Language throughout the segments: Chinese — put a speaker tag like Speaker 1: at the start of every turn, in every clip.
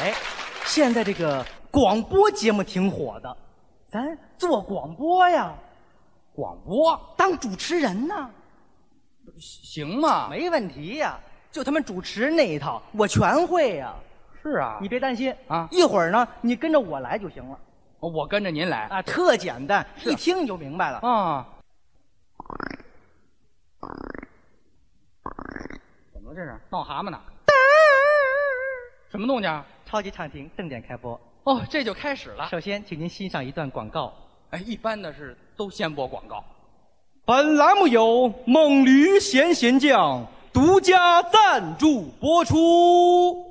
Speaker 1: 哎，现在这个广播节目挺火的，咱做广播呀，
Speaker 2: 广播
Speaker 1: 当主持人呢，
Speaker 2: 行吗？
Speaker 1: 没问题呀。就他们主持那一套，我全会呀。
Speaker 2: 是啊，
Speaker 1: 你别担心
Speaker 2: 啊
Speaker 1: 一会儿呢，你跟着我来就行了
Speaker 2: 我跟着您来
Speaker 1: 啊，特简单，
Speaker 2: 是
Speaker 1: 一听你就明白了。
Speaker 2: 啊。怎么了这是？闹蛤蟆呢？什么动静啊？
Speaker 1: 超级畅听正点开播，
Speaker 2: 哦，这就开始了。
Speaker 1: 首先请您欣赏一段广告。
Speaker 2: 哎，一般的是都先播广告。
Speaker 1: 本栏目由猛驴咸咸酱独家赞助播出。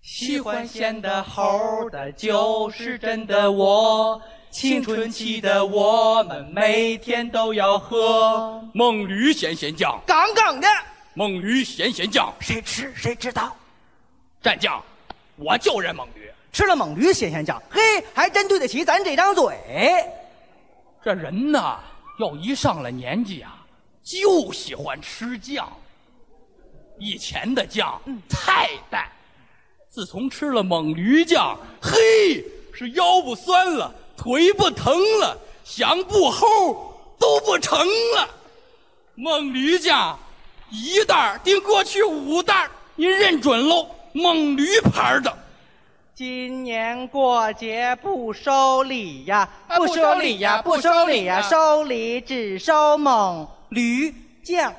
Speaker 2: 喜欢鲜的猴的就是真的我，青春期的我们每天都要喝猛驴咸咸酱，
Speaker 1: 杠杠的，
Speaker 2: 猛驴咸咸酱，
Speaker 1: 谁吃谁知道。
Speaker 2: 蘸酱，我就认猛驴。
Speaker 1: 吃了猛驴咸咸酱，嘿，还真对得起咱这张嘴。
Speaker 2: 这人呐，要一上了年纪啊，就喜欢吃酱。以前的酱太淡，自从吃了猛驴酱，嘿，是腰不酸了，腿不疼了，想不齁都不成了。猛驴酱一袋儿顶过去五袋儿，您认准喽，猛驴牌儿的。
Speaker 1: 今年过节不收礼呀，
Speaker 2: 啊不收礼呀不收礼呀
Speaker 1: 收礼只收猛驴酱。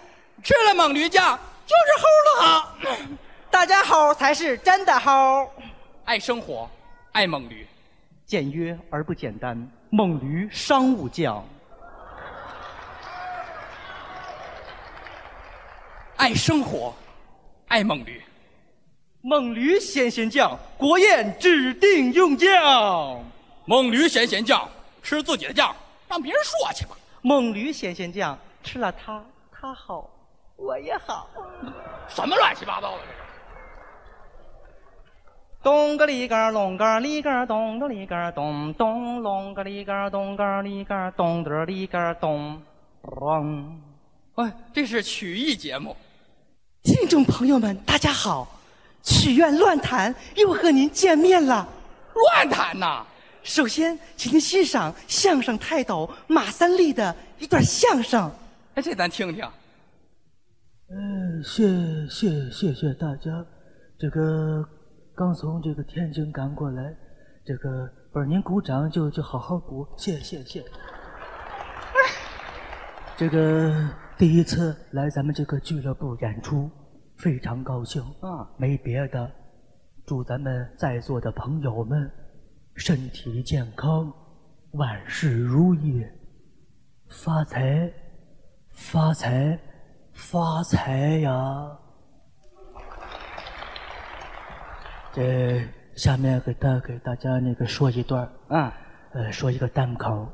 Speaker 2: 吃了猛驴酱就是齁的啊好。
Speaker 1: 大家好才是真的好。
Speaker 2: 爱生活，爱猛驴。
Speaker 1: 简约而不简单，猛驴商务酱。
Speaker 2: 爱生活，爱猛驴。
Speaker 1: 猛驴鲜鲜酱，国宴指定用酱。
Speaker 2: 猛驴咸咸酱，吃自己的酱，让别人说去吧。
Speaker 1: 猛驴鲜鲜酱，吃了它，它好，我也好。
Speaker 2: 什么乱七八糟的这是？
Speaker 1: 咚个里个隆个里个咚个里个咚咚隆个里个咚个里个咚个里个咚咚。
Speaker 2: 哎，这是曲艺节目。
Speaker 1: 听众朋友们，大家好，曲苑乱谈又和您见面了。
Speaker 2: 乱弹呐！
Speaker 1: 首先，请您欣赏相声泰斗马三立的一段相声。
Speaker 2: 哎，这咱听听。
Speaker 3: 嗯，谢谢谢谢大家，这个刚从这个天津赶过来，这个不是您鼓掌就就好好鼓，谢谢谢。这个第一次来咱们这个俱乐部演出，非常高兴
Speaker 2: 啊，
Speaker 3: 没别的，祝咱们在座的朋友们身体健康，万事如意，发财，发财，发财呀！这下面给大给大家那个说一段儿
Speaker 2: 啊，
Speaker 3: 呃，说一个单口，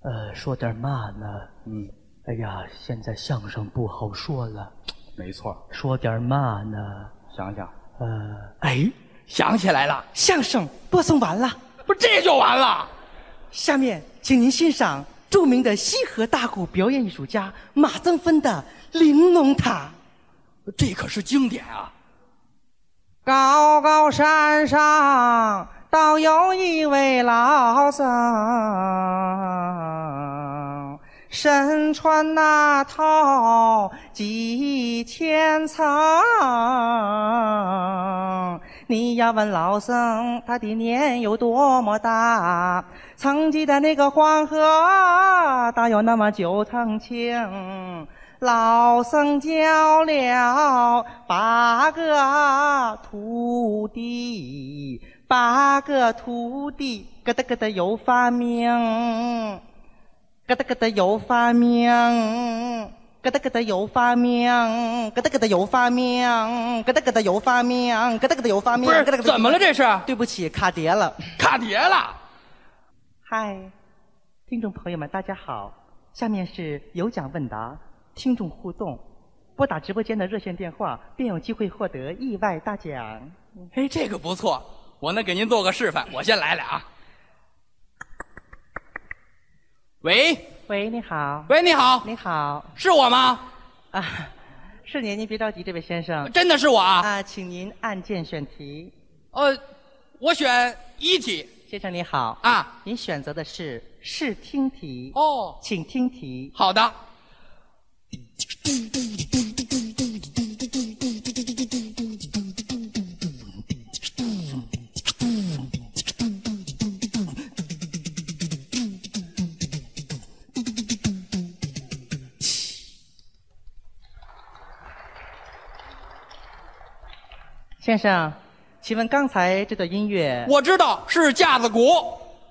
Speaker 3: 呃，说点嘛呢？嗯，哎呀，现在相声不好说了，
Speaker 2: 没错。
Speaker 3: 说点嘛呢？
Speaker 2: 想想，
Speaker 3: 呃，
Speaker 1: 哎，
Speaker 2: 想起来了，
Speaker 1: 相声播送完了，
Speaker 2: 不是这就完了？
Speaker 1: 下面请您欣赏著名的西河大鼓表演艺术家马增芬的《玲珑塔》。
Speaker 2: 这可是经典啊！
Speaker 1: 高高山上倒有一位老僧，身穿那套几千层。你要问老僧他的年有多么大，曾经的那个黄河大有那么九层清。老僧教了八个徒弟，八个徒弟咯哒咯哒有发明，咯哒咯哒有发明，咯哒咯哒有发明，咯哒咯哒有发明，咯哒咯哒有发明，咯哒咯哒有发明。
Speaker 2: 不是
Speaker 1: 咯哒咯，哒
Speaker 2: 怎么了？？这是
Speaker 1: 对不起，卡碟了。
Speaker 2: 卡碟了。
Speaker 1: 嗨，听众朋友们，大家好，下面是有奖问答，听众互动，拨打直播间的热线电话便有机会获得意外大奖。
Speaker 2: 哎，这个不错，我能给您做个示范。我先来来啊。喂
Speaker 1: 喂，你好，
Speaker 2: 喂，你好，
Speaker 1: 你好
Speaker 2: 是我吗？
Speaker 1: 啊，是您，您别着急，这位先生
Speaker 2: 真的是我啊！
Speaker 1: 啊，请您按键选题。
Speaker 2: 呃，我选一题
Speaker 1: 先生你好，
Speaker 2: 啊。
Speaker 1: 您选择的是试听题，
Speaker 2: 哦，
Speaker 1: 请听题。
Speaker 2: 好的。
Speaker 1: 先生，请问刚才这段音乐，
Speaker 2: 我知道是架子鼓。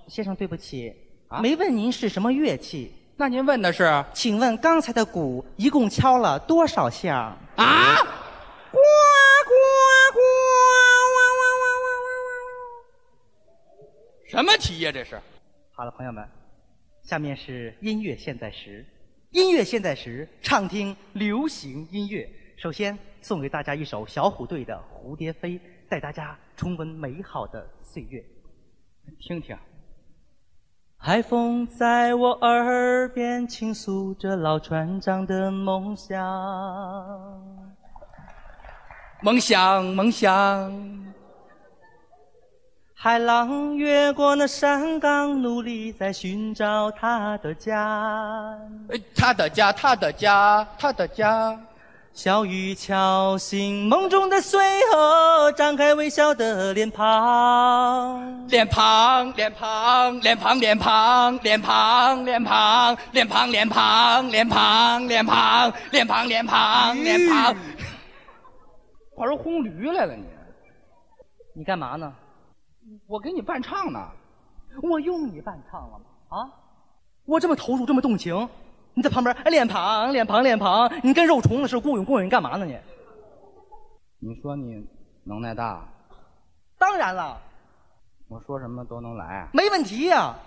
Speaker 1: 先生对不起，
Speaker 2: 啊
Speaker 1: 没问您是什么乐器。
Speaker 2: 那您问的是啊？
Speaker 1: 请问刚才的鼓一共敲了多少下？
Speaker 2: 呱呱呱哇哇哇哇哇哇！什么题呀？这是？
Speaker 1: 好了，朋友们，下面是音乐现在时。音乐现在时，畅听流行音乐。首先送给大家一首小虎队的《蝴蝶飞》，带大家重温美好的岁月。啊
Speaker 2: 听听。
Speaker 1: 海风在我耳边倾诉着老船长的梦想。
Speaker 2: 梦想，梦想，
Speaker 1: 海浪越过那山岗，努力在寻找他的家。
Speaker 2: 呃他的家，他的家，他的家。
Speaker 1: 小雨敲醒梦中的水河，张开微笑的脸庞。
Speaker 2: 脸庞，脸庞，脸庞，脸庞，脸庞，脸庞，脸庞，脸庞，脸庞，脸庞，脸庞，脸庞，脸庞。玩红驴来了你？
Speaker 1: 你干嘛呢？
Speaker 2: 我给你伴唱呢。
Speaker 1: 我用你伴唱了吗？啊，我这么投入，这么动情，你在旁边哎脸庞，脸庞，脸庞，你跟肉虫子似的，雇佣雇佣，你干嘛呢你？
Speaker 2: 你说你能耐大，
Speaker 1: 当然了，
Speaker 2: 我说什么都能来。
Speaker 1: 没问题呀、啊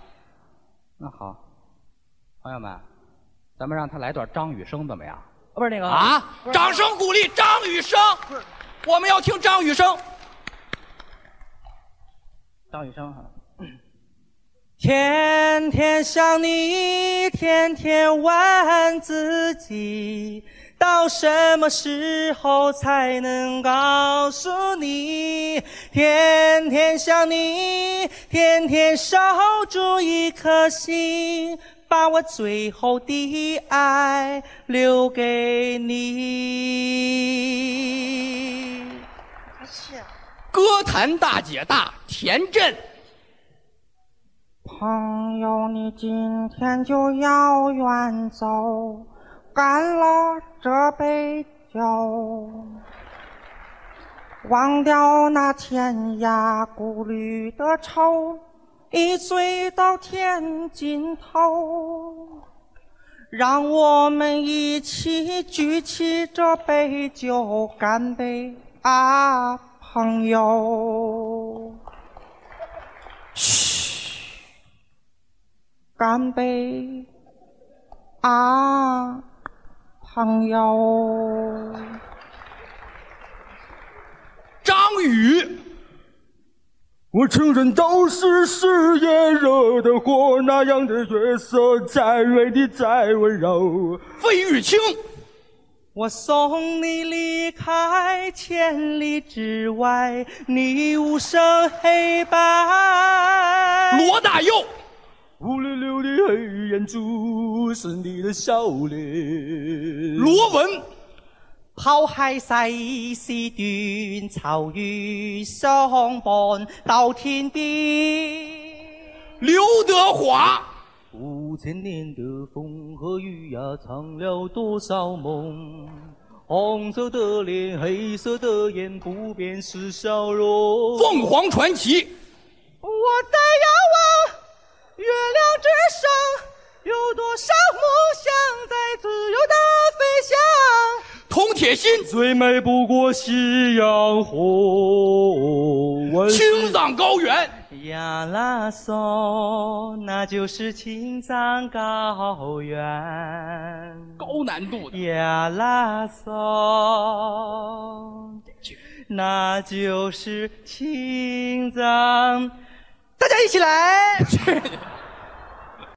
Speaker 2: 那好，朋友们，咱们让他来段张雨生怎么样？
Speaker 1: 不是那个
Speaker 2: 啊！掌声鼓励张雨生，我们要听张雨生。
Speaker 1: 张雨生哈。天天想你，天天问自己，到什么时候才能告诉你？天天想你，天天守住一颗心，把我最后的爱留给你。
Speaker 2: 歌坛大姐大田震，
Speaker 1: 朋友，你今天就要远走，干了这杯酒，忘掉那天涯孤旅的愁，一醉到天尽头。让我们一起举起这杯酒，干杯啊，朋友！干杯啊，朋友！
Speaker 2: 张宇，
Speaker 4: 我承认当时是也惹的祸，那样的月色再美丽再温柔。
Speaker 2: 费玉清，
Speaker 1: 我送你离开千里之外，你无声黑白。
Speaker 2: 罗大佑，
Speaker 4: 乌溜溜的黑眼珠是你的笑脸。
Speaker 2: 罗文，
Speaker 1: 抛开世事断愁与相伴，到天边。
Speaker 2: 刘德华，
Speaker 1: 五千年的风和雨呀、藏了多少梦？红色的脸，黑色的眼，不变是笑容。
Speaker 2: 凤凰传奇，
Speaker 1: 我在遥望月亮之上，有多少梦想在自由的飞翔？
Speaker 2: 铜铁心，
Speaker 4: 最美不过夕阳红。我
Speaker 2: 青藏高原，
Speaker 1: 呀啦嗦，那就是青藏高原。
Speaker 2: 高难度的
Speaker 1: 呀啦嗦，那就是青藏。大家一起来。